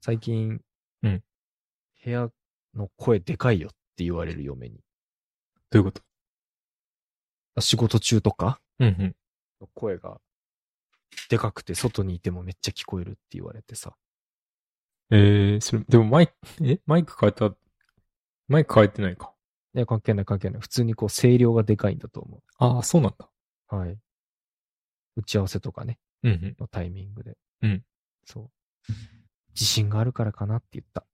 最近、うん部屋の声でかいよって言われる嫁に。どういうこと仕事中とかうんうん。の声がでかくて外にいてもめっちゃ聞こえるって言われてさ。えー、それ、でもマイク、えマイク変えた、マイク変えてないか。いや、関係ない関係ない。普通にこう声量がでかいんだと思ああ、そうなんだ。う。はい。打ち合わせとかね、うんうん。のタイミングで。うん。そう。自信があるからかなって言った。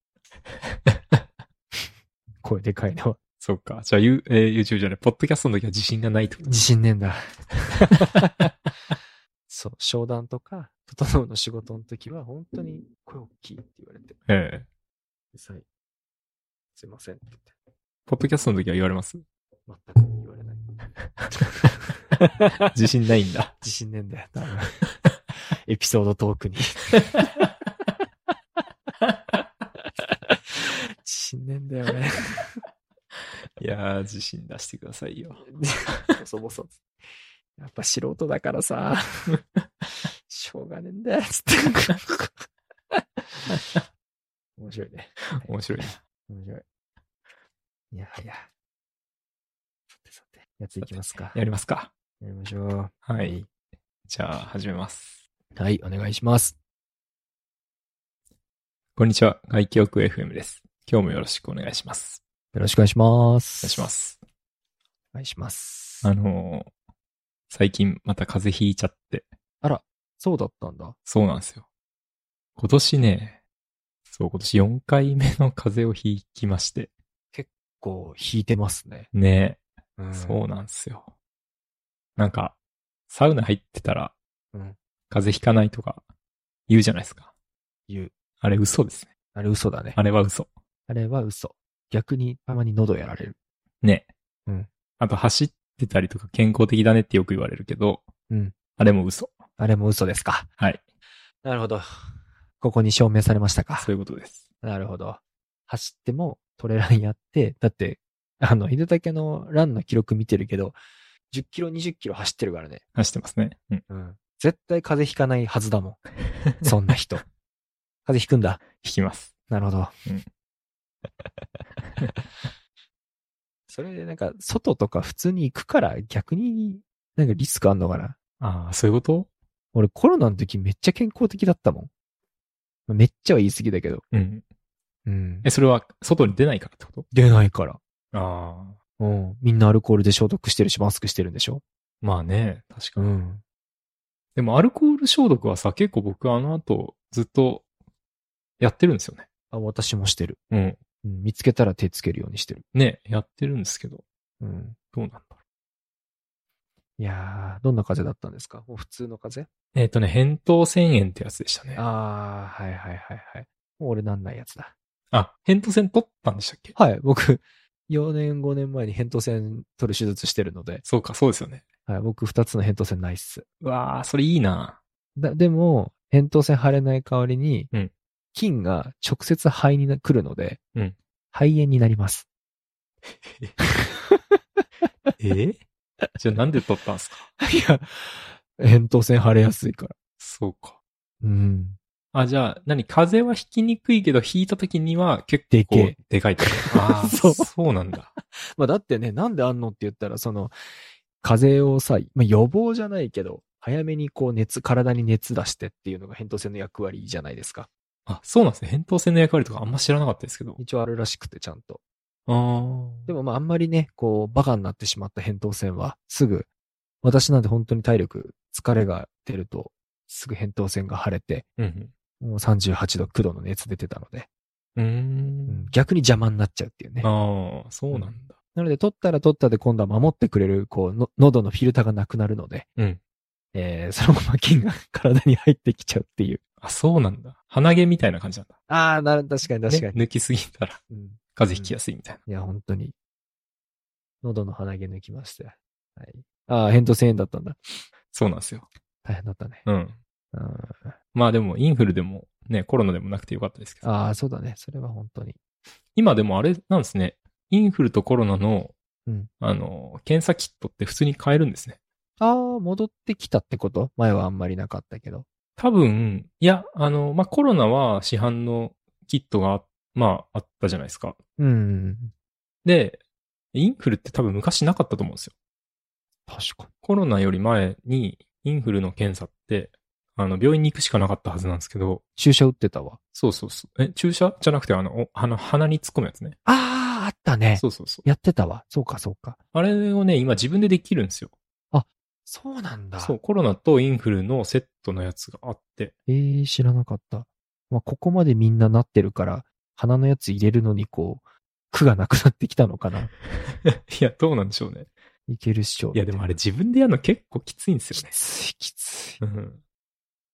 声でかいのは。そうか。じゃあ、ゆえー、YouTube じゃない、ポッドキャストの時は自信がないってこと自信ねえんだ。そう、商談とか、整うの仕事の時は、本当に声大きいって言われて、ええうるさいすいませんって言って、ポッドキャストの時は言われます全く言われない。自信ないんだ。自信ねえんだよ、多分。エピソードトークに。自信ねえんだよね。 いやー、自信出してくださいよ。 ボソボソ。やっぱ素人だから さ、しょうがねえんだよ、つって。 面白いね。面白い。面白い。いやいや。さてさて、やついきますか。やりますか。やりましょう。はい。じゃあ、始めます。はい、お願いします。こんにちは。外記憶 FM です。今日もよろしくお願いします。よろしくお願いします。お願いしま。す。お願いします。あのー最近また風邪ひいちゃって、そうだったんだ。そうなんですよ。今年ね、そう、今年4回目の風邪をひきまして、こう、引いてますね。ね、うんそうなんですよ。なんか、サウナ入ってたら、うん風邪ひかないとか言うじゃないですか。言う。あれ嘘ですね。あれ嘘だね。あれは嘘。あれは嘘。逆に、たまに喉やられる。ね。うんあと、走ってたりとか健康的だねってよく言われるけど、うんあれも嘘。あれも嘘ですか。はい。なるほど。ここに証明されましたかそ。ういうことです。なるほど。走ってもトレランやって、だって、あの、秀武のランの記録見てるけど、10キロ、20キロ走ってるからね。走ってますね。うん。うん。絶対風邪ひかないはずだもん。そんな人。風邪ひくんだ。ひきます。なるほど。うん。 それでなんか、外とか普通に行くから逆になんかリスクあんのかな。ああ、そういうこと俺コロナの時めっちゃ健康的だったもんまあ。めっちゃは言い過ぎだけど。うん。うんえ、。それは外に出ないからってこと出ないから。ああ。うん。みんなアルコールで消毒してるし、マスクしてるんでしょまあね、確かうに。ん。でもアルコール消毒はさ、結構僕あの後ずっとやってるんですよね。あ、私もしてる。うん。うん、見つけたら手つけるようにしてる。ね、やってるんですけど、うん。どうなんだろう。いやー、どんな風邪だったんですかもう普通の風邪えっ、とね、扁桃腺炎ってやつでしたね。あ、あー、はいはいはいはい。もう俺なんないやつだ。扁桃腺取ったんでしたっけはい、僕、4年5年前に扁桃腺取る手術してるので、そうか、そうですよね。はい、僕2つの扁桃腺ないっす。うわあ、それいいなだ、でも、扁桃腺腫れない代わりに、うん菌が直接肺にな来るので、うん肺炎になります。 え じゃあなんで取ったんですかいや、扁桃腺腫れやすいから。そうか。うん。あ、じゃあ、何風邪は引きにくいけど、引いた時には結構でけえでかいってこと。あ あ、そうそうなんだ。まあだってね、なんであんのって言ったら、その、風邪をさ、まあ、予防じゃないけど、早めにこう熱、体に熱出してっていうのが扁桃腺の役割じゃないですか。あ、そうなんですね。扁桃腺の役割とかあんま知らなかったですけど。一応あるらしくて、ちゃんと。ああ。でもまああんまりね、こう、バカになってしまった扁桃腺は、すぐ、私なんて本当に体力、疲れが出ると、すぐ扁桃腺が腫れて、うんもう38度、9度の熱出てたので、うん。うーうんん。逆に邪魔になっちゃうっていうね。ああ、そうなんだ。なので、取ったら取ったで今度は守ってくれる、こう、の喉のフィルターがなくなるので、うんえー、そのまま菌が体に入ってきちゃうっていう。あ、そうなんだ。鼻毛みたいな感じなんだ。ああ、なる、確かに確かに、ね抜きすぎたらうん。風邪ひきやすいみたいいや、本当に。喉の鼻毛抜きましたよはい。ああ、扁桃腺炎だったんだ。な。そうなんですよ。大変だったね。うん。うん、まあでも、インフルでも、ね、コロナでもなくてよかったですけど。ああ、そうだね。それは本当に。今でもあれなんですね。インフルとコロナの、うんあの、検査キットって普通に買えるんですね。ああ、戻ってきたってこと前はあんまりなかったけど。多分、いや、あの、まあ、コロナは市販のキットが、まあ、あったじゃないですか。うん。で、インフルって多分昔なかったと思うんですよ。確かコロナより前にインフルの検査って、あの、病院に行くしかなかったはずなんですけど、注射打ってたわ。そうそうそう。え、注射じゃなくて、あの、おあの鼻に突っ込むやつね。ああ、あったね。そうそうそう。やってたわ。そうか、そうか。あれをね、今自分でできるんですよ。そうなんだ。そう、コロナとインフルのセットのやつがあって、 えー、知らなかった。まあ、ここまでみんななってるから、鼻のやつ入れるのにこう、苦がなくなってきたのかな。 いや、どうなんでしょうね。いけるっしょ。いや、でもあれ、自分でやるの結構きついんですよきね。つい、きつい。うん。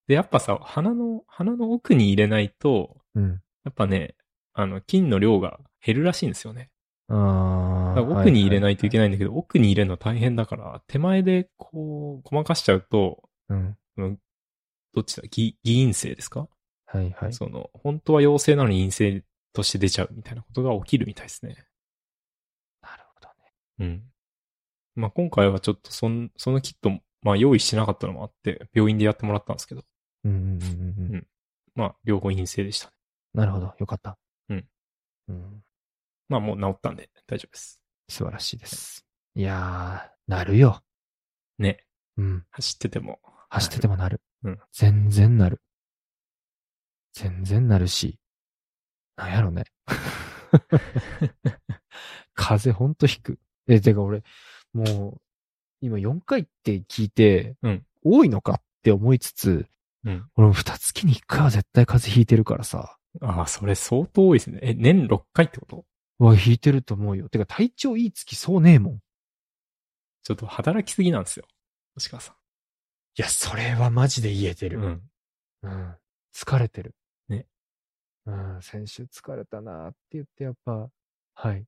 で、やっぱさ、鼻の、鼻の奥に入れないと、うん。やっぱね、あの、菌の量が減るらしいんですよね。あだあ。から奥に入れないといけない。ないんだけど、奥に入れるの大変だから、手前でこう、ごまかしちゃうと、うん。うんどっちだ、偽偽陰性ですか、はいはい。その、本当は陽性なのに陰性として出ちゃうみたいなことが起きるみたいですね。なるほどね。うん。まあ、今回はちょっとそん、そのキットも、まあ、用意してなかったのもあって、病院でやってもらったんですけど、うんうんうんうん。ううんん、まあ、両方陰性でしたね。なるほど。よかった。うん。うん。まあ、もう治ったんで大丈夫です。素晴らしいです。いやー、なるよ。ね。うん。走ってても。走っててもなる。うん全然なる。全然なるし、なんやろ ね。風邪ほんとひく。え、てか俺、もう、今4回って聞いて、うん多いのかって思いつつ、うん俺も2月に1回は絶対風邪ひいてるからさ、ああ、それ相当多いですね。え、年6回ってことはひいてると思うよ。てか体調いい月そうねえもん。いちょっと働きすぎなんですよ。吉川さや、それはマジで言えてん。る。うん。うん。疲れてる。ね。うん、先週疲れたなって言って、やっぱ、はい。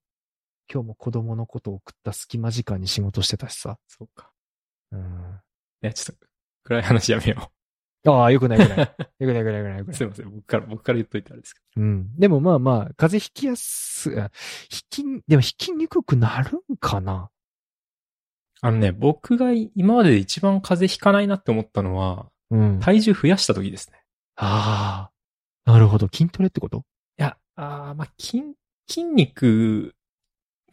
今日も子供のことを送った隙間時間に仕事してたしさ。そうか。うん。いや、ちょっと、暗い話やめよああ、よくないよ くない。よう。くないよくないよくないよくすいない。ません。僕から、僕から言っといてあれですけうん。でもまあまあ、風邪ひきやす、あ引き、でも引きにくくなるんかなど。あのね、僕が今までで一番風邪ひかないなって思ったのは、うん。体重増やした時ですね。ああ。なるほど。筋トレってこといや、あーまあ、筋、筋肉、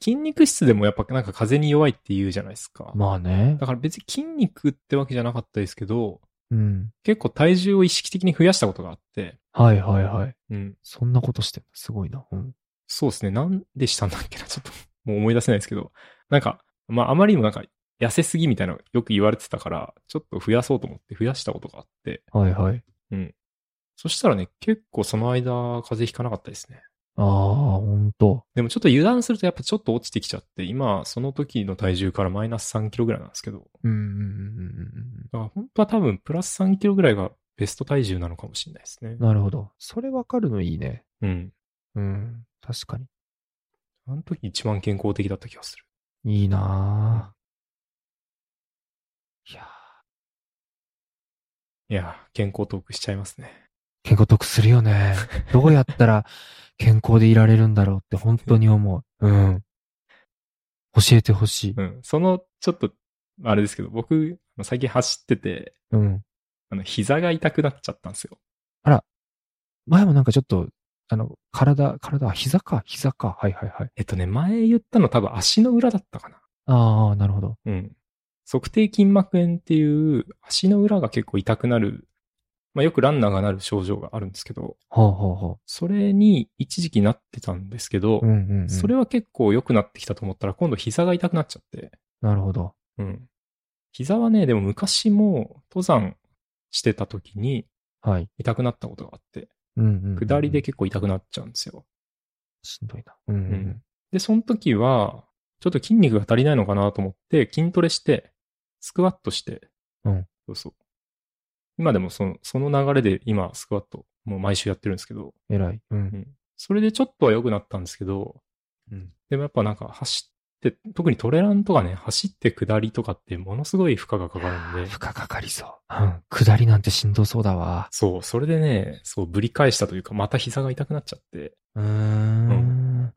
筋肉質でもやっぱなんか風に弱いって言うじゃないですか。まあねだ。から別に筋肉ってわけじゃなかったですけど、うん。結構体重を意識的に増やしたことがあって、はいはいはい。うん。そんなことしてんだ。すごいな。うん。そうですね。なんでしたんだっけな。ちょっと、もう思い出せないですけど。なんか、まあ、あまりにもなんか、痩せすぎみたいなのよく言われてたから、ちょっと増やそうと思って増やしたことがあって。はいはい。そしたらね、結構その間、風邪ひかなかったですね。ああ、ほんと。でもちょっと油断するとやっぱちょっと落ちてきちゃって、今、その時の体重からマイナス3キロぐらいなんですけど。うんうんうんうんうん。だから本当は多分、プラス3キロぐらいがベスト体重なのかもしれないですね。なるほど。それわかるのいいね。うん。うん。確かに。あの時一番健康的だった気がする。いいなぁ。いやぁいやー、健康トークしちゃいますね。健康得するよ ね。どうやったら健康でいられるんだろうって本当に思う。うん。教えてほしい。うん。その、ちょっと、あれですけど、僕、最近走ってて、うん。あの、膝が痛くなっちゃったんですよ。前もなんかちょっと、あの、体、体、あ膝か、膝か。はいはいはい。えっとね、前言ったの多分足の裏だったかな。ああ、なるほど。うん。測定筋膜炎っていう、足の裏が結構痛くなる、まあよくランナーがなる症状があるんですけど、ほうほうほそれに一時期なってたんですけど、う。うんうん、うん。それは。は結構良くなってきたと思ったら、今度膝が痛くなっちゃって、なるほど。うん。膝はね、でも昔も登山してた時にはい。痛くなったことがあって、うんうん、うん。下りで結構痛くなっちゃうんですよ。しんどいな。うん、うんうん。で、その時は、ちょっと筋肉が足りないのかなと思って、筋トレして、スクワットして、うんそうそう。今でもその、その流れで今、スクワット、もう毎週やってるんですけど、偉い。うん。それでちょっとは良くなったんですけど、うんでもやっぱなんか走って、特にトレランとかね、走って下りとかってものすごい負荷がかかるんで負、荷かかりそう。うん。下りなんてしんどそうだわ。そう、それでね、そう、ぶり返したというか、また膝が痛くなっちゃって、うーん。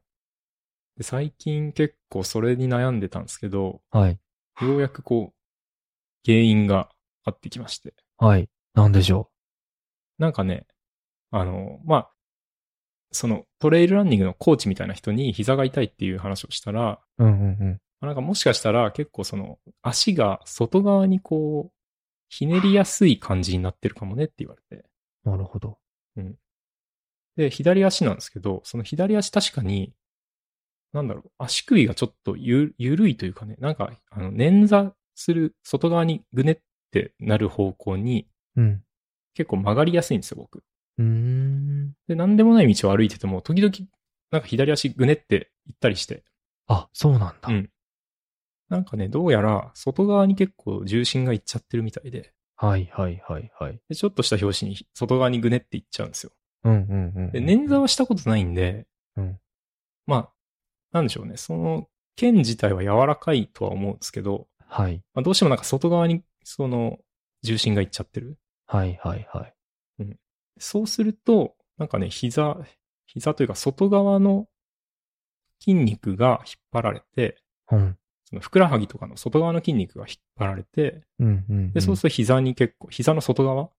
で最近結構それに悩んでたんですけど、はい。ようやくこう、原因があってきまして。はい。なんでしょなんかね、あの、まあ、そのトレイルランニングのコーチみたいな人に膝が痛いっていう話をしたら、うんうんなんかもしかしたら結構その足が外側にこう、ひねりやすい感じになってるかもねって言われて。うん。なるほど。で、左足なんですけど、その左足確かに、なんだろう、足首がちょっとゆ、ゆるいというかね、なんか、あの、捻挫する、外側にぐねってなる方向にうん。結構曲がりやすいんですよ、僕。うーん。で、なんでもない道を歩いてても、時々、なんか左足ぐねって行ったりして、あ、そうなんだ。うんなんかね、どうやら外側に結構重心がいっちゃってるみたいで、はいはいはいはい。でちょっとした拍子に外側にぐねっていっちゃうんですよ。うんうんうんうん。で、捻挫はしたことないんで、うんまあ、なんでしょうね、その剣自体は柔らかいとは思うんですけど、はいまあ、どうしてもなんか外側にその重心がいっちゃってる。はいはいはい。そうすると、なんかね、膝、膝というか外側の筋肉が引っ張られて、うん。そのふくらはぎとかの外側の筋肉が引っ張られて、うんうん、うん。で、そうすると膝に結構、膝の外側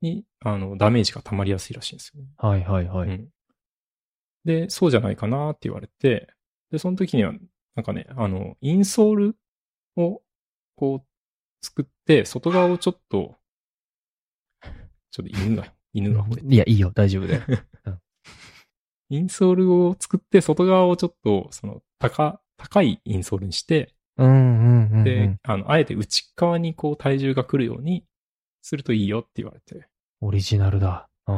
に、あの、ダメージが溜まりやすいらしいんですよね。はいはいはい。うんで、そうじゃないかなって言われて、で、その時には、なんかね、あの、インソールを、こう、作って、外側をちょっと、ちょっと犬が、犬がこれ。いや、いいよ、大丈夫だ よ。インソールを作って、外側をちょっと、その、高、高いインソールにして、うんうんうん、うん。で、あの、あえて内側にこう、体重が来るようにするといいよって言われて。オリジナルだ。うん。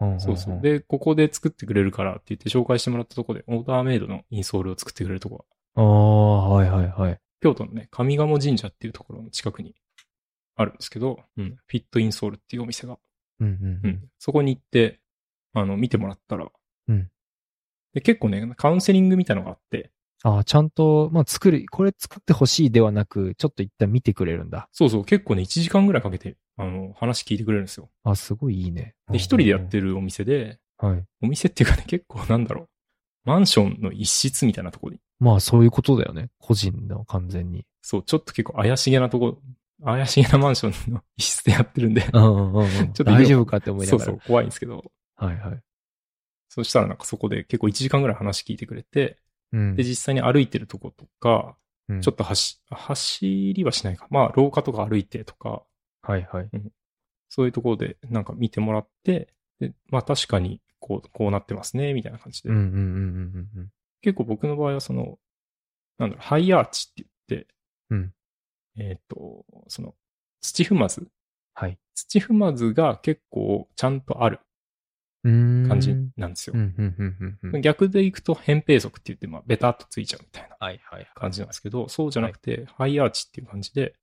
うんんんそうそう。で、ここで作ってくれるからって言って紹介してもらったとこで、オーダーメイドのインソールを作ってくれるとこああ、はいはいはい。京都のね、上賀茂神社っていうところの近くにあるんですけど、うん、フィットインソールっていうお店が、うんう。うんん、そこに行って、あの、見てもらったら、うんで結構ね、カウンセリングみたいのがあって、ああ、ちゃんと、まあ、作る、これ作ってほしいではなく、ちょっと一旦見てくれるんだ。そうそう、結構ね、1時間ぐらいかけて、あの、話聞いてくれるんですよ。あ、すごいいいね。うんうんうんで、一人でやっ。てるお店で、はい。お店っていうかね、結構なんだろう、マンションの一室みたいなところに、まあ、そういうことだよね。個人の完全に。そう、ちょっと結構怪しげなとこ、怪しげなマンションの一室でやってるんで、うんうんうん うん。ちょっと大丈夫かって思いなそがうら。そう、怖いんですけど、はいはい。そしたらなんかそこで結構1時間ぐらい話聞いてくれて、うんで、。実際に歩いてるとことか、うんちょっと走、走りはしないか。まあ、廊下とか歩いてとか、はいはい。そういうところでなんか見てもらって、で、まあ確かに、こう、こうなってますね、みたいな感じで。うんうんうんうんうんうん。結構僕の場合はその、なんだろう、ハイアーチって言って、うんえっ、と、その、土踏まずはい。土踏まずが結構ちゃんとあるうーん。感じうんなんですよう。んうんうんうんうん。逆でいくと扁平足って言って、まあ、ベタっとついちゃうみたいなはいはい。感じなんですけど、そうじゃなくて、ハイアーチっていう感じで、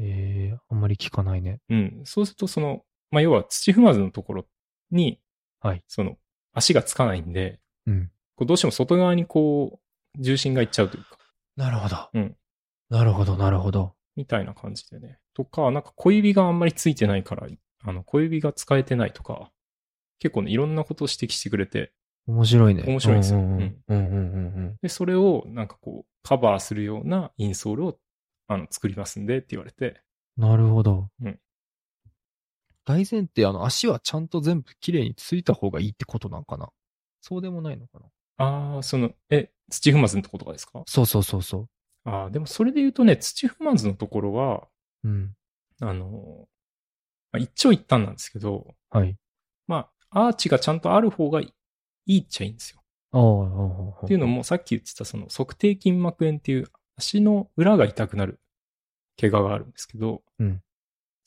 ええあんまり聞かないね。うん。そうすると、その、まあ、要は土踏まずのところに、はいその、足がつかないんで、うん。こうどうしても外側にこう、重心がいっちゃうというか、なるほど。うん。なるほど、なるほど。みたいな感じでね。とか、なんか小指があんまりついてないから、あの、小指が使えてないとか、結構ね、いろんなことを指摘してくれて、面白いね。面白いですようんうんうんうんうんで、それをなんかこう、カバーするようなインソールを、あの、作りますんでって言われて、うん。なるほど。うん大前提、あの、足はちゃんと全部きれいについた方がいいってことなんかな。そうでもないのかな。ああ、その、え、土踏まずのところとかですかそうそうそうそああ、でもそれで言うとね、土踏まずのところは、う。うん。あの、まあ、一長一短なんですけど、はい。まあ、アーチがちゃんとある方がいいっちゃいいんですよ。ああ、ああ、っていうのも、さっき言ってた、その、測定筋膜炎っていう足の裏が痛くなる怪我があるんですけど、うん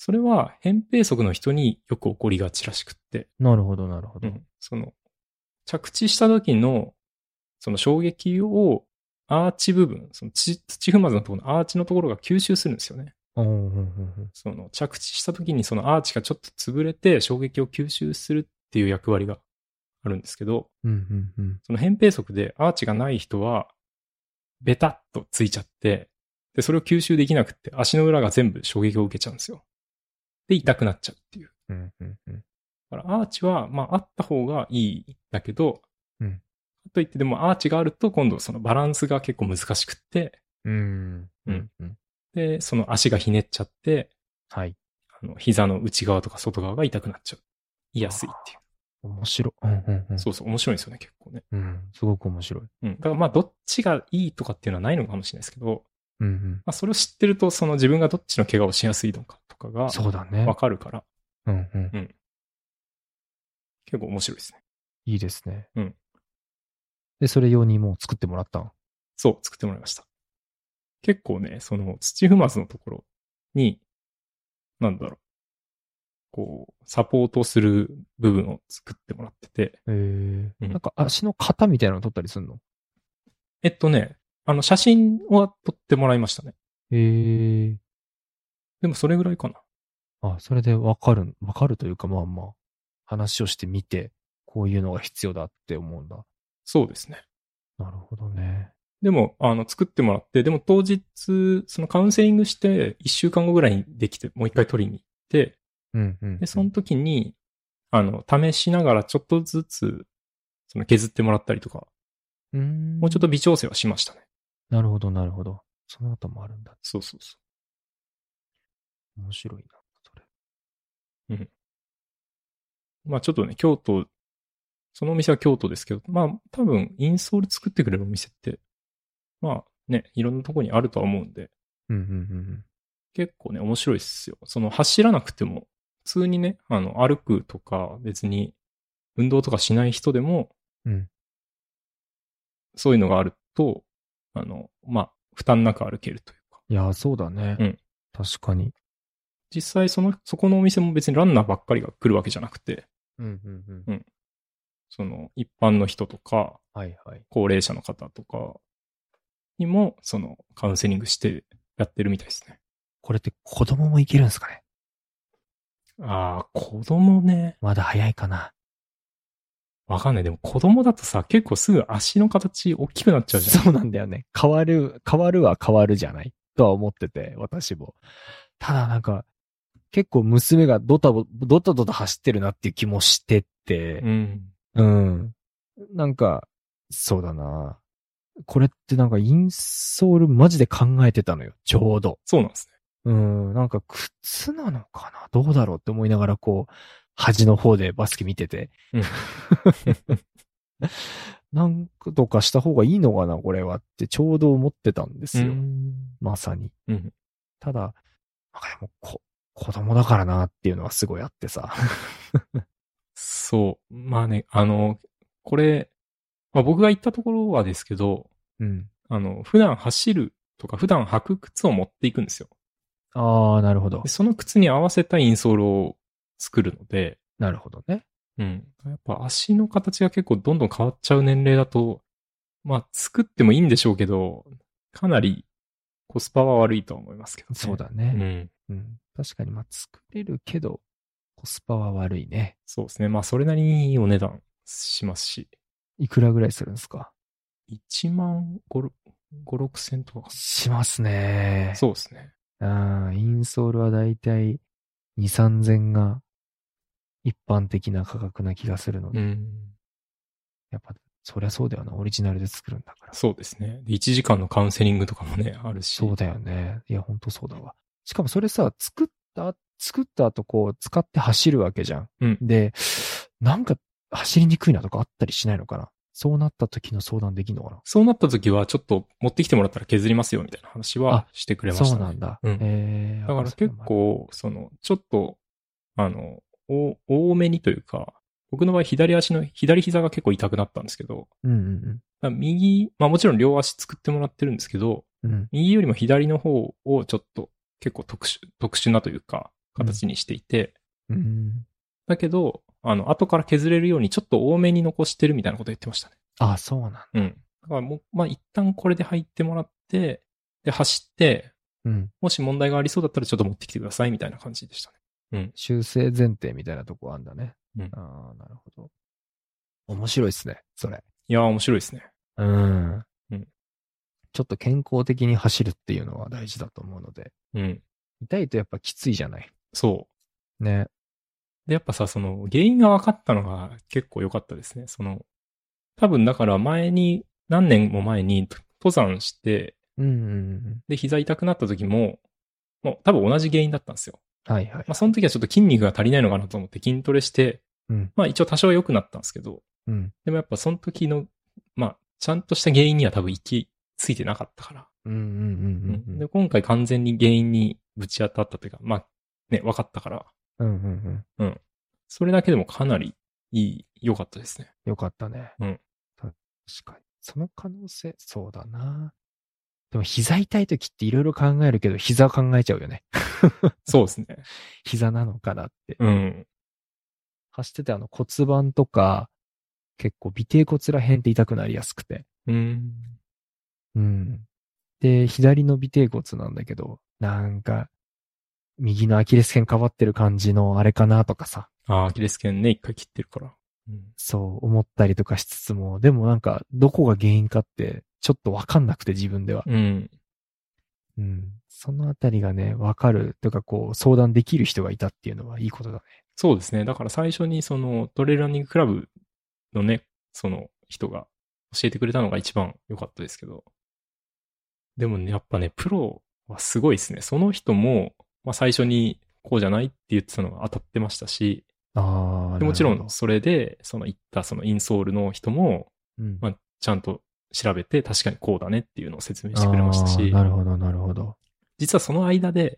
それは、扁平足の人によく起こりがちらしくって、なるほど、なるほど。その、着地した時の、その衝撃を、アーチ部分、その土土踏まずのところのアーチのところが吸収するんですよね。うん、うん、うんその着地した時にそのアーチがちょっと潰れて衝撃を吸収するっていう役割があるんですけど、うん、うん、うんうん。その扁平足でアーチがない人は、ベタッとついちゃって、で、それを吸収できなくって足の裏が全部衝撃を受けちゃうんですよ。で、痛くなっちゃうっていう。うん、うん、うん。だからアーチは、まああった方がいいんだけど、うんといってでもアーチがあると今度そのバランスが結構難しくって、うん、うん、うん。で、その足がひねっちゃって、はい。あの、膝の内側とか外側が痛くなっちゃう。いやすいっていう。面白い。うんうんうん。そうそう、面白いんですよね、結構ね。うん。すごく面白い。うん。だからまあ、どっちがいいとかっていうのはないのかもしれないですけど、うんまあ、それを知ってると、その自分がどっちの怪我をしやすいのかとかうがん。、そうだねわ。かるから、うんうん。結構面白いですね。いいですね。うん。で、それ用にもう作ってもらったんそう、作ってもらいました。結構ね、その土踏まずのところに、なんだろう、こう、サポートする部分を作ってもらってて、へえうんなんか足の型みたいなの取ったりするのえっとね、あの、写真は撮ってもらいましたね。へえでもそれぐらいかな。あ、それでわかるん、わかるというか、まあまあ、話をしてみて、こういうのが必要だって思うんだ。そうですね。なるほどね。でも、あの、作ってもらって、でも当日、そのカウンセリングして、1週間後ぐらいにできて、もう一回取りに行って、うんうん。で、その時に、あの、試しながらちょっとずつ、その削ってもらったりとか、うん。もうちょっと微調整はしましたね。なるほど、なるほど。その後もあるんだ。そうそうそ面白いな、それ。う。まあちょっとね、京都、そのお店は京都ですけど、まあ多分インソール作ってくれるお店って、まあね、いろんなとこにあるとは思うんで、うんうんうん結構ね、面白いっすよ。その走らなくても、普通にね、あの、歩くとか、別に運動とかしない人でも、うんそういうのがあると、あの、まあ、負担なく歩けるというか。うん。いや、そうだね。うん確かに。実際その、そこのお店も別にランナーばっかりが来るわけじゃなくて、うんうんうんその、一般の人とか、はいはい。高齢者の方とかにも、その、カウンセリングしてやってるみたいですね。これって子供もいけるんですかねああ、子供ね。まだ早いかな。わかんない。でも子供だとさ、結構すぐ足の形大きくなっちゃうじゃん。そうなんだよね。変わる、変わるは変わるじゃないとは思ってて、私も。ただなんか、結構娘がドタボ、ドタドタ走ってるなっていう気もしてて、うん。うん。なんか、そうだな。これってなんかインソールマジで考えてたのよ。ちょうど。 そうなんですね。うん。なんか靴なのかなどうだろうって思いながらこう、端の方でバスケ見てて。うん なんとかした方がいいのかなこれはってちょうど思ってたんですよ。まさに。うんただ、なんかでもこ、子供だからなっていうのはすごいあって さ。そう。まあね、あの、これ、まあ、僕が行ったところはですけど、うん。あの、普段走るとか、普段履く靴を持っていくんですよ。ああ、なるほどで。その靴に合わせたインソールを作るので、なるほどね。うん。やっぱ足の形が結構どんどん変わっちゃう年齢だと、まあ作ってもいいんでしょうけど、かなりコスパは悪いとは思いますけど、ね。そうだうね。ん。うん。確かに、まあ、作れるけど、コスパは悪いね。そうですね。まあそれなりにいいお値段しますし、いくらぐらいするんですか1万5、5、6千とか。しますね。そうですね。ああ、インソールはだいたい2、3000が一般的な価格な気がするので、うん。やっぱ、そりゃそうだよな。オリジナルで作るんだから。そうですね。で、1時間のカウンセリングとかもね、あるし。そうだよね。いや、ほんとそうだわ。しかもそれさ、作った、作った後こう、使って走るわけじゃん。うんで、なんか、走りにくいなとかあったりしないのかなそうなった時の相談できんのかなそうなった時は、ちょっと持ってきてもらったら削りますよみたいな話はしてくれました、ね。そうなんだ。うんえーだから結。構、その、ちょっと、あの、お多めにというか、僕の場合左足の、左膝が結構痛くなったんですけど、うんうんだから右、まあもちろん両足作ってもらってるんですけど、うん。うん。右よりも左の方をちょっと結構特殊、特殊なというか、形にしていて、うん。だけど、あの、後から削れるようにちょっと多めに残してるみたいなこと言ってましたね。あ、そうなんだ。うん。だからもう、まあ一旦これで入ってもらって、で、走って、うん。もし問題がありそうだったらちょっと持ってきてくださいみたいな感じでしたね。うん。修正前提みたいなとこあんだね。うんああ、なるほど。面白いっすね、それ。いやー、面白いですね。うん。うんちょっと健康的に走るっていうのは大事だと思うので。うん。痛いとやっぱきついじゃない。そね。う。で、やっぱさ、その、原因が分かったのが結構良かったですね。その、多分だから前に、何年も前に登山して、うんうんうんで、膝痛くなった時も、もう多分同じ原因だったんですよ。うん。はいはいまあ、。その時はちょっと筋肉が足りないのかなと思って筋トレして、うん。まあ一応多少良くなったんですけど、うん。でもやっぱその時の、まあ、ちゃんとした原因には多分行き着いてなかったから。うんうんうんうんで、今回完全に原因にぶち当たったというか、まあ、ね、分かったから、うん。うんうんうん。それだけでもかなりいい、良かったですね。よかったね。うん確かに。その可能性、そうだな。でも膝痛い時っていろいろ考えるけど、膝考えちゃうよね。そうですね。膝なのかなって。うん。走っててあの骨盤とか、結構尾低骨ら辺って痛くなりやすくて。うん。うん。で、左の尾低骨なんだけど、なんか、右のアキレス腱かばってる感じのあれかなとかさ。ああ、アキレス腱ね、一回切ってるから。うん、そう思ったりとかしつつも、でもなんか、どこが原因かって、ちょっとわかんなくて自分では。うん。うん。そのあたりがね、わかる、というかこう、相談できる人がいたっていうのはいいことだね。そうですね。だから最初にそのトレイルランニングクラブのね、その人が教えてくれたのが一番良かったですけど。でもね、やっぱね、プロはすごいですね。その人も、まあ最初にこうじゃないって言ってたのが当たってましたし、ああでもちろんそれで、その言ったそのインソールの人も、うん。まあちゃんと調べて確かにこうだねっていうのを説明してくれましたあーし、なるほど、なるほど。実はその間で、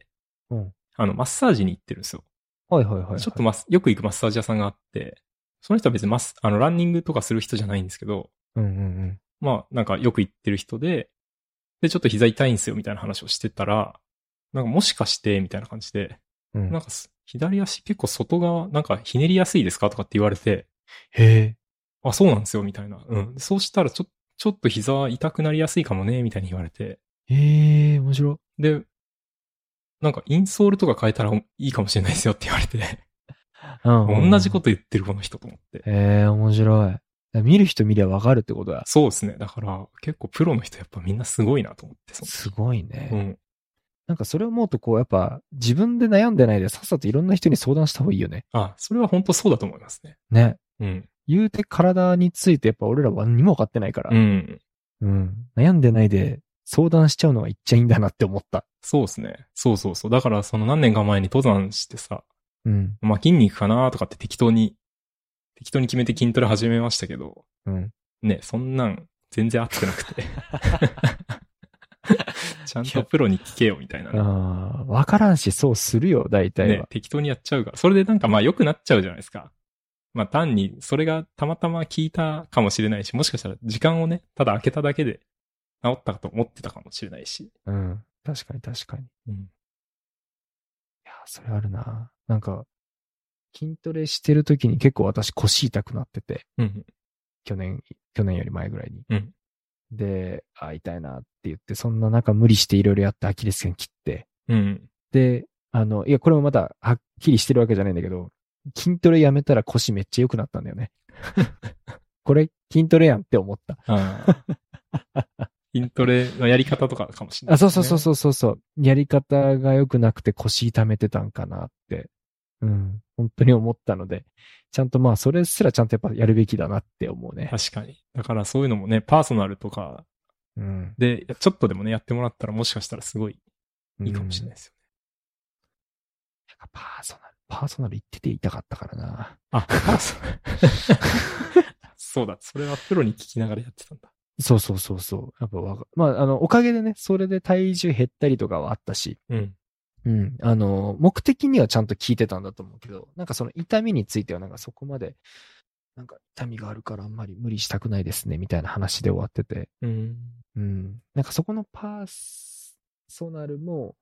うんあの、マッサージに行ってるんですよ。はいはいはい、はい。ちょっとマスよく行くマッサージ屋さんがあって、その人は別にマス、あの、ランニングとかする人じゃないんですけど、うんうんうん。まあ、なんかよく行ってる人で、で、ちょっと膝痛いんですよみたいな話をしてたら、なんかもしかして、みたいな感じで、うん、なんかす左足結構外側、なんかひねりやすいですかとかって言われて、へえ。あ、そうなんですよ、みたいな。うん。そうしたらちょ、ちょっと膝痛くなりやすいかもね、みたいに言われて。へえ、面白い。で、なんかインソールとか変えたらいいかもしれないですよって言われて、うん。。同じことと言ってるこの人と思って。へえ、面白い。だから見る人見りゃわかるってことだ。そうですね。だから、結構プロの人やっぱみんなすごいなと思って、そすごいね。のうん。なんかそれを思うとこう、やっぱ自分で悩んでないでさっさといろんな人に相談した方がいいよね。あ、それは本当そうだと思いますね。ね。うん。言うて体についてやっぱ俺らは何も分かってないから。うん。うん悩んでないで相談しちゃうのがいっちゃいいんだなって思った。そうですね。そうそうそう。だから、その何年か前に登山してさ、うん。まあ、筋肉かなとかって適当に、適当に決めて筋トレ始めましたけど、うん。ね、そんなん全然合ってなくて。 ちゃんとプロに聞けよ、みたいなね、ああ、わからんし、そうするよ、大体ねは。、適当にやっちゃうから。それでなんかまあ良くなっちゃうじゃないですか。まあ単にそれがたまたま効いたかもしれないし、もしかしたら時間をね、ただ開けただけで治ったと思ってたかもしれないし。うん。確かに確かに。いうん。や、それあるな。なんか、筋トレしてる時に結構私腰痛くなってて、うん。去年、去年より前ぐらいに。うんで、あ、痛いなって言って、そんな中無理していろいろやってアキレス腱切って、うん。で、あの、いや、これもまたはっきりしてるわけじゃないんだけど、筋トレやめたら腰めっちゃ良くなったんだよね。 これ筋トレやんって思った。あ あ筋トレのやり方とかかもしれない、あ、そうそうそうそうそうそう。やり方が良くなくて腰痛めてたんかなって、うん、本当に思ったので、ちゃんとまあ、それすらちゃんとやっぱやるべきだなって思うね。確かに。だからそういうのもね、パーソナルとかうん。で、ちょっとでもね、やってもらったらもしかしたらすごいいいかもしれない。いですよなんかパーソナル、パーソナル言ってて痛かったからな。ね。あ、 そうそうだ。それはプロに聞きながらやってたんだ。そうそうそうそう。やっぱわか、まあ、あの、おかげでね、それで体重減ったりとかはあったし、うん。うん。あの、目的にはちゃんと聞いてたんだと思うけど、なんかその痛みについてはなんかそこまで、なんか痛みがあるからあんまり無理したくないですね、みたいな話で終わってて。うん。うん。なんかそこのパーソナルも、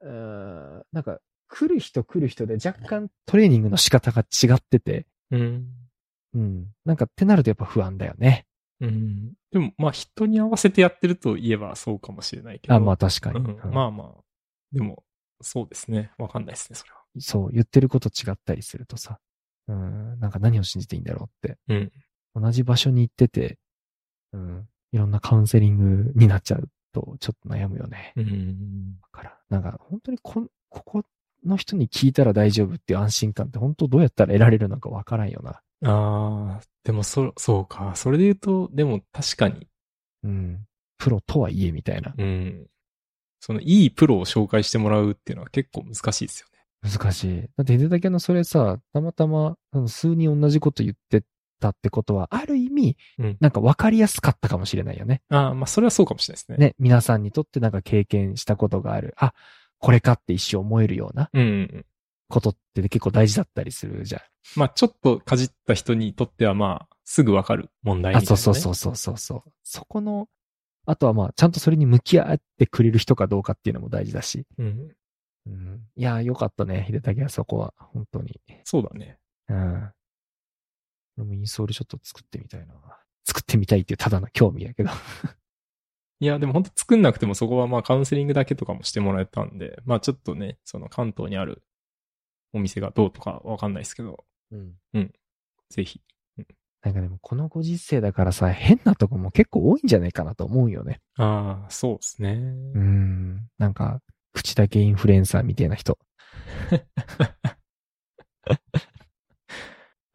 うーんなんか来る人来る人で若干トレーニングの仕方が違ってて、うん。うん。なんかってなるとやっぱ不安だよね。うん。でも、まあ、人に合わせてやってると言えばそうかもしれないけど。あ、まあ確かに。うんうんまあまあ。でも、そうですね。わかんないですね、それは。そう、言ってること違ったりするとさ、うん、なんか何を信じていいんだろうって。うん同じ場所に行ってて、うん、いろんなカウンセリングになっちゃうと、ちょっと悩むよね。うん。だから、なんか本当にこん、ここの人に聞いたら大丈夫っていう安心感って本当どうやったら得られるのかわからんよな。ああ、でも、そ、そうか。それで言うと、でも確かに、うん。プロとはいえみたいな。うん。その、いいプロを紹介してもらうっていうのは結構難しいですよね。難しい。だって、ヒデタケのそれさ、たまたま、あの数人同じこと言ってたってことは、ある意味、うんなんか分かりやすかったかもしれないよね。ああ、まあ、それはそうかもしれないですね。ね、皆さんにとってなんか経験したことがある。あ、これかって一生思えるようなうんうんうん。ことって結構大事だったりするじゃん。まあ、ちょっとかじった人にとっては、まあ、すぐわかる問題みあ、たいな、そうね。そうそうそうそうそう。そこの、あとはまあ、ちゃんとそれに向き合ってくれる人かどうかっていうのも大事だし。う。うん。うん、いやー、よかったね、秀武はそこは。本当に。そうだね。うん。俺もインソールちょっと作ってみたいな。作ってみたいっていうただの興味やけど。いや、でも本当作んなくてもそこはまあカウンセリングだけとかもしてもらえたんで、まあちょっとね、その関東にあるお店がどうとかわかんないですけど、うん。ぜひ。なんかでも、このご時世だからさ、変なとこも結構多いんじゃないかなと思うよね。ああ、そうですね。うん。なんか、口だけインフルエンサーみたいな人。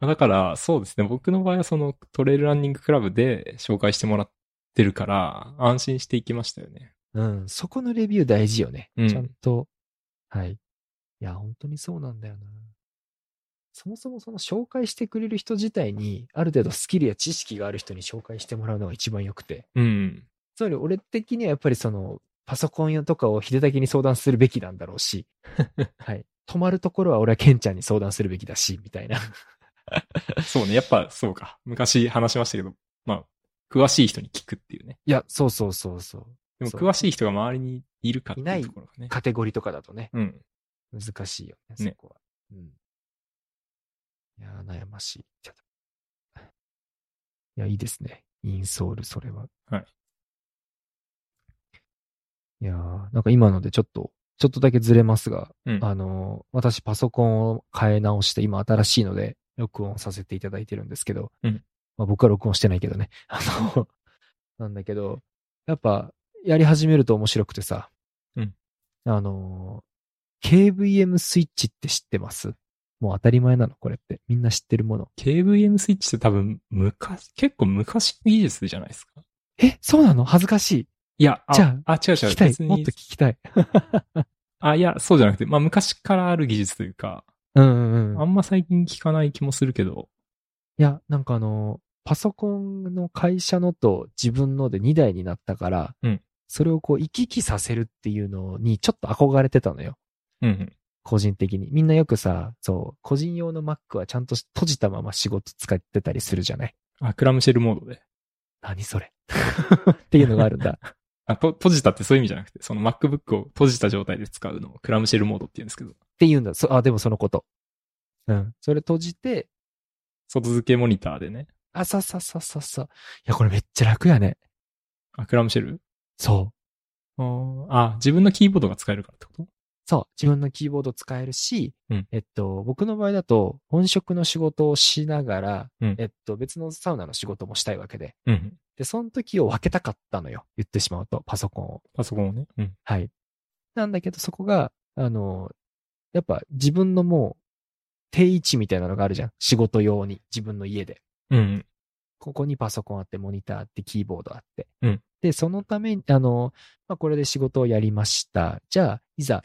だから、そうですね。僕の場合はそのトレイルランニングクラブで紹介してもらってるから、安心していきましたよね。うん。そこのレビュー大事よね。うんちゃんと。はい。いや、本当にそうなんだよな。そもそもその紹介してくれる人自体に、ある程度スキルや知識がある人に紹介してもらうのが一番良くて。うん。つまり俺的にはやっぱりその、パソコン用とかを秀武に相談するべきなんだろう し、はい。止まるところは俺はケンちゃんに相談するべきだし、みたいな。そうね。やっぱそうか。昔話しましたけど、まあ、詳しい人に聞くっていうね。いや、そうそうそうそでもそう詳しい人が周りにいるかっていないいうところがねう。。カテゴリーとかだとね、うん。難しいよね、そねこは。うん。いやー、悩ましい。ちょっと いや、いいですね。インソール、それは。はい。いやー、なんか今のでちょっと、ちょっとだけずれますが、うん。あの、私パソコンを変え直して、今新しいので録音させていただいてるんですけど、うんまあ、僕は録音してないけどね。 あの、なんだけど、やっぱやり始めると面白くてさ、うんあの、KVM スイッチって知ってますもう当たり前なのこれって。みんな知ってるもの。 KVM スイッチって多分昔、結構昔の技術じゃないですか。え、そうなの恥ずかしい。いや、あじゃあ、違う違聞う。きたい。別にもっと聞きたい。あ、いや、そうじゃなくて、まあ昔からある技術というか、うんうんうんあ。んま最近聞かない気もするけど、いや、なんかあの、パソコンの会社のと自分ので2台になったから、うんそれをこう行き来させるっていうのにちょっと憧れてたのよ。うんうん。個人的に。みんなよくさ、そう、個人用の Mac はちゃんと閉じたまま仕事使ってたりするじゃないあ、クラムシェルモードで。何それ っていうのがあるんだ。あ、と、閉じたってそういう意味じゃなくて、その MacBook を閉じた状態で使うのをクラムシェルモードって言うんですけど、っていうんだ。そあ、でもそのこと。うん。それ閉じて、外付けモニターでね。あさささささ。いや、これめっちゃ楽やね。あ、クラムシェルそう。あーあ、自分のキーボードが使えるからってことそう、自分のキーボード使えるし、うんえっと、僕の場合だと、本職の仕事をしながら、うんえっと、別のサウナの仕事もしたいわけで。うんうん。で、その時を分けたかったのよ。言ってしまうと、パソコンを。パソコンをね。うん。はい。なんだけど、そこが、あの、やっぱ自分のもう、定位置みたいなのがあるじゃん。仕事用に、自分の家で。うんうん。ここにパソコンあって、モニターあって、キーボードあって。うんで、そのために、あの、まあ、これで仕事をやりました。じゃあ、いざ、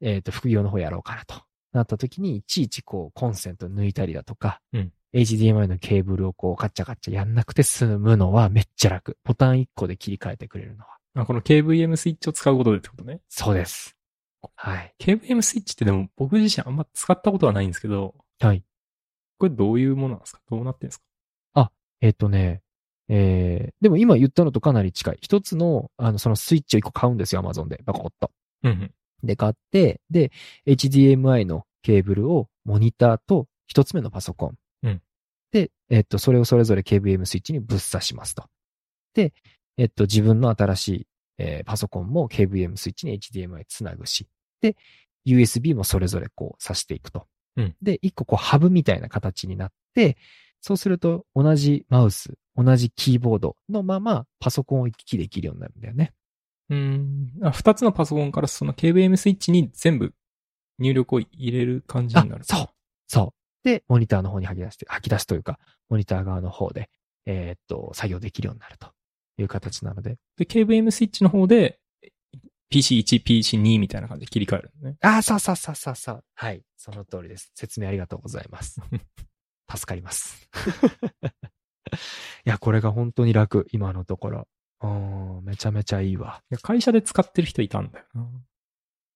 えっ、と、副業の方やろうかなと。なった時に、いちいちこう、コンセント抜いたりだとか、うん HDMI のケーブルをこう、カッチャカッチャやんなくて済むのはめっちゃ楽。ボタン1個で切り替えてくれるのは。あ、この KVM スイッチを使うことでってことね。そうです。はい。 KVM スイッチってでも僕自身あんま使ったことはないんですけど、はい。これどういうものなんですかどうなってるんですかえっ、とね、えー、でも今言ったのとかなり近い。一つの、あの、そのスイッチを1個買うんですよ、Amazon で。バコッと。うんうん。で買って、で、HDMI のケーブルをモニターと一つ目のパソコン。うんで、えっと、それをそれぞれ KVM スイッチにぶっ刺しますと。で、えっと、自分の新しい、えーパソコンも KVM スイッチに HDMI つなぐし。で、USB もそれぞれこう挿していくと。うんで、一個こうハブみたいな形になって、そうすると同じマウス、同じキーボードのままパソコンを行き来できるようになるんだよね。うーん。あ、二つのパソコンからその KVM スイッチに全部入力を入れる感じになる。あそう。そう。で、モニターの方に吐き出して、吐き出すというか、モニター側の方で、えーっと、作業できるようになるという形なので、で、KVM スイッチの方で、 PC1、PC2 みたいな感じで切り替えるのね。ああ、さあさあさあさあさあ。はい。その通りです。説明ありがとうござい ます。助かります。 いや、これが本当に楽。今のところ。うん、めちゃめちゃいいわ。いや会社で使ってる人いたんだよな。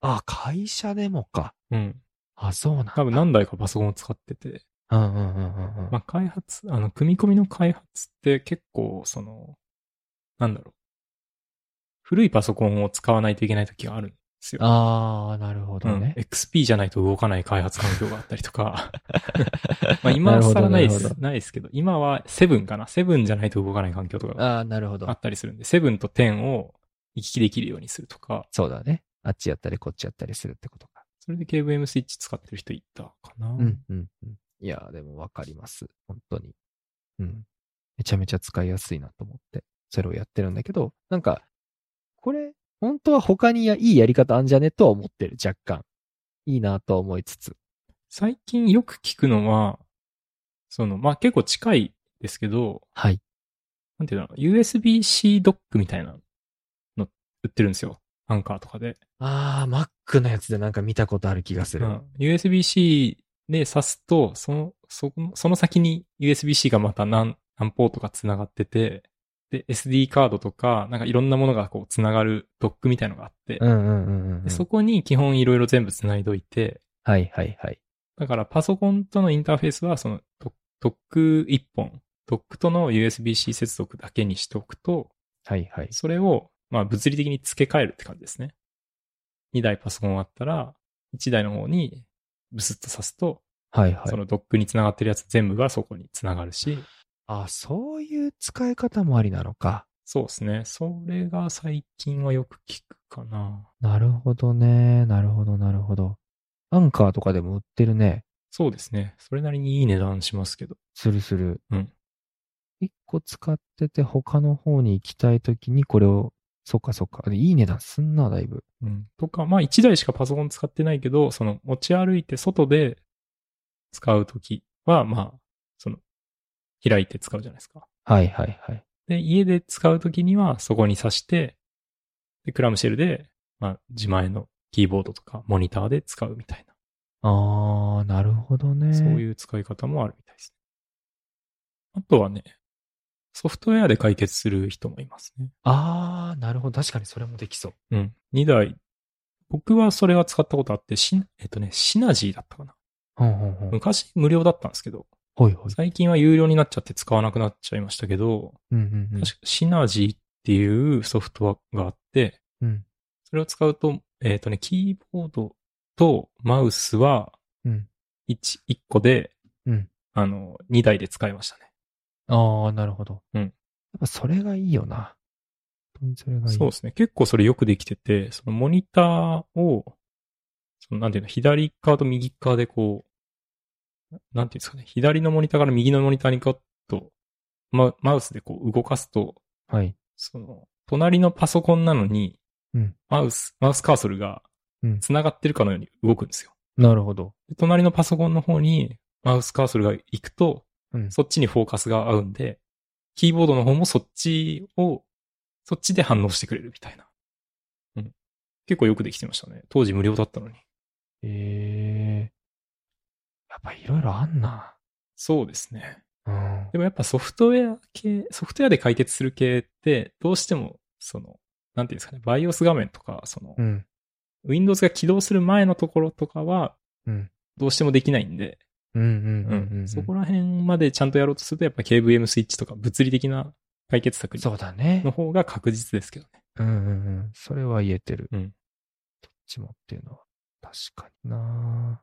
あ、会社でもか。うん。あ、そうなんだ。多分何台かパソコンを使ってて。うんうんうんうんうん。まあ、開発、あの、組み込みの開発って結構、その、なんだろう。古いパソコンを使わないといけない時があるんですよ。ああ、なるほどうんね。。 XP じゃないと動かない開発環境があったりと か。まあ、今なはるほど更ないでなるすほ。ないですけど、今は7かな。7じゃないと動かない環境とかがああ、なるほどあ。ったりするんで、7と10を行き来できるようにするとか、そうだね。あっちやったりこっちやったりするってことか。それで KVM スイッチ使ってる人いたかな。うんうんうん。いやー、でもわかります。本当に。うん。めちゃめちゃ使いやすいなと思って、それをやってるんだけど、なんか、これ、本当は他にやいいやり方あんじゃねとは思ってる、若干。いいなと思いつつ。最近よく聞くのは、その、まあ、結構近いですけど、はい。なんていうの、USB-C ドックみたいなの売ってるんですよ。アンカーとかで。あー、Mac のやつでなんか見たことある気がすうる。ん、USB-C で挿すと、その、そこの、その先に USB-C がまた何、何ポートか繋がってて、で、SD カードとか、なんかいろんなものがこう繋がるドックみたいのがあって、うんうんうんうん、うでん。そこに基本いろいろ全部繋いどいて、はいはいはい。だからパソコンとのインターフェースはそのドドック1本、ドックとの USB-C 接続だけにしておくと、はいはい。それをまあ物理的に付け替えるって感じですね。2台パソコンあったら、1台の方にブスッと挿すと、はいはいそ。のドックに繋がってるやつ全部がそこに繋がるし、あ、そういう使い方もありなのか。そうですね。それが最近はよく聞くかな。なるほどね。なるほど、なるほど。アンカーとかでも売ってるね。そうですね。それなりにいい値段しますけど。するする。うん。一個使ってて他の方に行きたいときにこれを、そっかそっか。あいい値段すんな、だいぶ。うん。とか、まあ1台しかパソコン使ってないけど、その持ち歩いて外で使うときは、まあ、その、開いて使うじゃないですか。はいはいはい。で、家で使うときにはそこに挿して、で、クラムシェルで、まあ自前のキーボードとかモニターで使うみたいあー、なるほどね。な、そうう。いう使い方もあるみたいですね。あとはね、ソフトウェアで解決する人もいますね。あー、なるほど。確かにそれもできそう。うん。2台。僕はそれは使ったことあって、シえっとね、シナジーだったかな。うんうんうん。昔無料だったんですけど、ほいほい。最近は有料になっちゃって使わなくなっちゃいましたけど、うんうんうん。確かシナジーっていうソフトがあって、うんそれを使うと、えっ、とね、キーボードとマウスはうん1、1個で、うんあの、2台で使いましたね。あー、なるほど。うんやっぱそれがいいよな。本当にそれがいい。そうですね。結構それよくできてて、そのモニターを、そのなんていうの、左側と右側でこう、ななんていうんですかね、左のモニターから右のモニターにガッと、ママウスでこう動かすと、はい。その、隣のパソコンなのに、うんマウス、マウスカーソルがうん、繋がってるかのように動くんですよ。なるほど。で隣のパソコンの方に、マウスカーソルが行くと、うんそっちにフォーカスが合うんで、キーボードの方もそっちを、そっちで反応してくれるみたいな。うん。結構よくできてましたね。当時無料だったのに。ええやっぱいろいろあんな。そうですね。うん。でもやっぱソフトウェア系、ソフトウェアで解決する系って、どうしても、その、なんていうんですかね、BIOS 画面とか、その、うん。 Windows が起動する前のところとかは、うんどうしてもできないんで、うんうんうんうん、うん。そこら辺までちゃんとやろうとすると、やっぱ KVM スイッチとか物理的な解決策そうだねの。方が確実ですけどね。うんうんうん。それは言えてる。うん。どっちもっていうのは。確かにな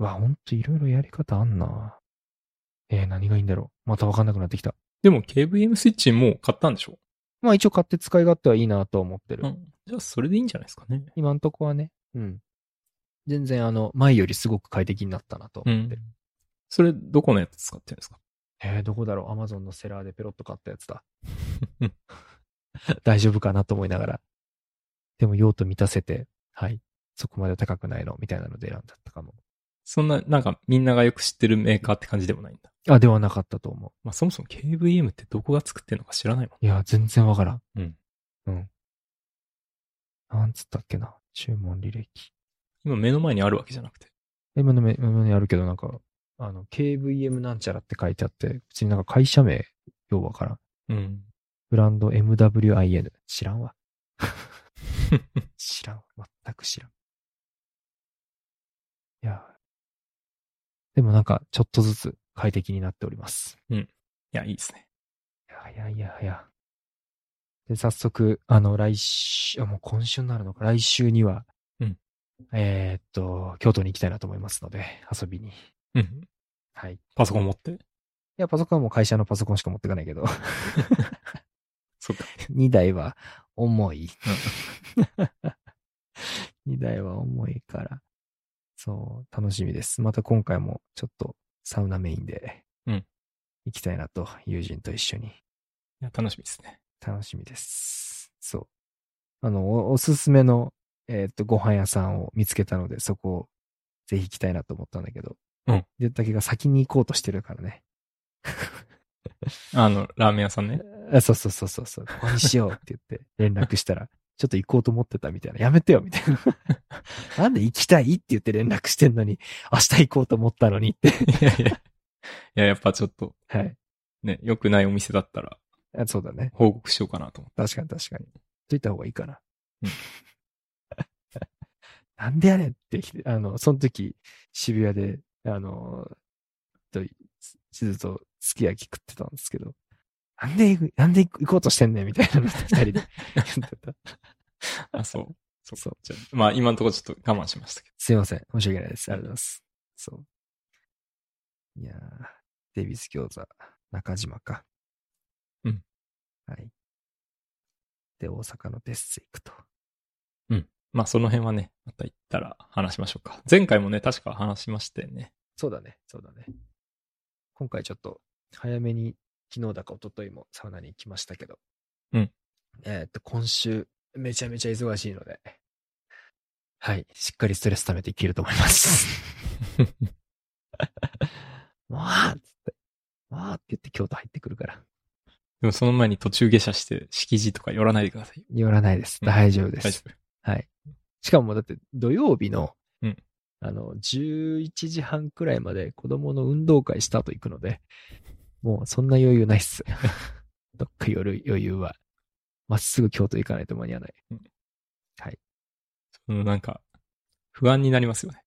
うわ、ほんといろいろやり方あんなえー、何がいいんだろう。またわかんなくなってきた。でも KVM スイッチもう買ったんでしょまあ一応買って使い勝手はいいなと思ってる。ん。じゃあそれでいいんじゃないですかね。今んとこはね。うん。全然あの、前よりすごく快適になったなとう思っんてる。。それ、どこのやつ使ってるんですかえー、どこだろう。アマゾンのセラーでペロッと買ったやつだ。 大丈夫かなと思いながら。でも用途満たせて、はい。そこまで高くないのみたいなので選んだったかも。そんな、なんかみんながよく知ってるメーカーって感じでもないんだ。あ、ではなかったと思まあそもそも KVM ってどこが作ってるのか知らないもん。う。いや、全然わからん。うん。うん。なんつったっけな。注文履歴。今目の前にあるわけじゃなくて。今の目目の前にあるけど、なんか、あの、KVM なんちゃらって書いてあって、別になんか会社名、ようわからん。 うん。ブランド MWIN。知らんわ。知らん。全く知らん。いやー。でもなんか、ちょっとずつ快適になっております。いや、いいですね。いやいやいやいや。で、早速、あの、来週、あもう今週になるのか、来週には、うんえーっと、京都に行きたいなと思いますので、遊びに。うん。はい。いパソコン持って。や、パソコンはもう会社のパソコンしか持ってかないけど、そっか。 2台は重い。2台は重いから。そう、楽しみです。また今回もちょっとサウナメインで、うん行きたいなと、友人と一緒に。いや、楽しみですね。楽しみです。そう。あの、おおすすめの、えーっと、ご飯屋さんを見つけたので、そこをぜひ行きたいなと思ったんだけど。うん。で、だけが先に行こうとしてるからね。あの、ラーメン屋さんね。あそうそうそうそうそう、ここにしようって言って連絡したら、ちょっと行こうと思ってたみたいな、やめてよみたいな。 なんで行きたいって言って連絡してんのに、明日行こうと思ったのにって。いやいや。いや、やっぱちょっと、はい。ね、良くないお店だったら、あそうだね。報告しようかなと思っ確かに確かに。といた方がいいかなうん。 なんでやねんってきて、あの、その時、渋谷で、あの、と、地図とすき焼き食ってたんですけど、なんで行く、なんで行こうとしてんねんみたいなの二人で言って た。て。 あ、そう。そそうう。じゃあまあ、今のところちょっと我慢しましたけすいません。申し訳ないです。ありがとうございます。そう。いやー、デイビス餃子、中島か。うん。はい。で、大阪のデッセ行くと。ど。うん。まあ、その辺はね、また行ったら話しましょうか。前回もね、確か話しましたよね。そうだね、そうだね。今回ちょっと早めに、昨日だか一昨日もサウナに行きましたけど。うん。えーっと、今週、めちゃめちゃ忙しいので。はい。しっかりストレス溜めていけると思います。もうつって。もうって言って京都入ってくるから。でもその前に途中下車して、敷地とか寄らないでくださいよ。寄らないです。うん大丈夫で大丈す。はい。しかもだって土曜日の、うんあの、11時半くらいまで子供の運動会スタート行くので、もうそんな余裕ないっす。 どっか寄る余裕は。まっすぐ京都行かないと間に合わない。夫。うん、なんか、不安になりますよね。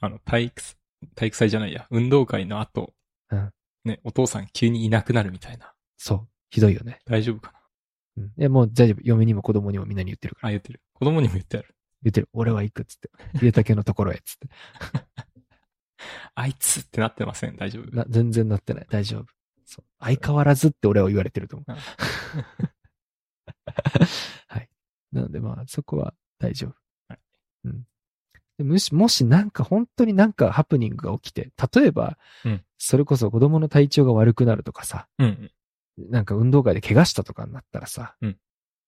あの、体育、体育祭じゃないや、運動会の後、うんね、お父さん急にいなくなるみたいな。そう。ひどいよね。大丈夫かうなん。いや、もう大丈夫。嫁にも子供にもみんなに言ってるから。あ、言ってる。子供にも言ってある。言ってる。俺は行くっつって。家竹のところへっつって。 あいつってなってません。大丈夫。な全然なってない。大丈夫。そう。相変わらずって俺は言われてると思う。 はい。なのでまあ、そこは大丈夫。はい。うん。でもし、もしなんか本当になんかハプニングが起きて、例えば、うんそれこそ子供の体調が悪くなるとかさ、うんうん。なんか運動会で怪我したとかになったらさ、うん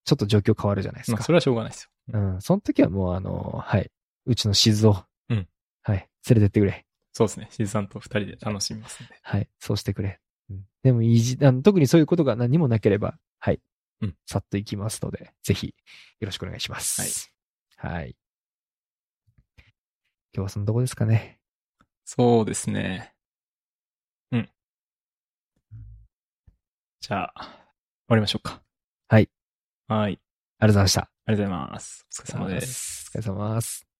ちょっと状況変わるじゃないですまあ、かそ。れはしょうがないですよ。うん。その時はもうあの、はい。うちの静を、うんはい。連れてってくれ。そうですね。しずさんと二人で楽しみますんで。はい、そうしてくれ。うん、でもいいじあの、特にそういうことが何もなければ、はい、うんさっと行きますので、ぜひよろしくお願いします。はい。今日はそのとこですかね。そうですね。うん。じゃあ、終わりましょうか。はい。はい。ありがとうございました。ありがとうございます。お疲れ様です。お疲れ様です。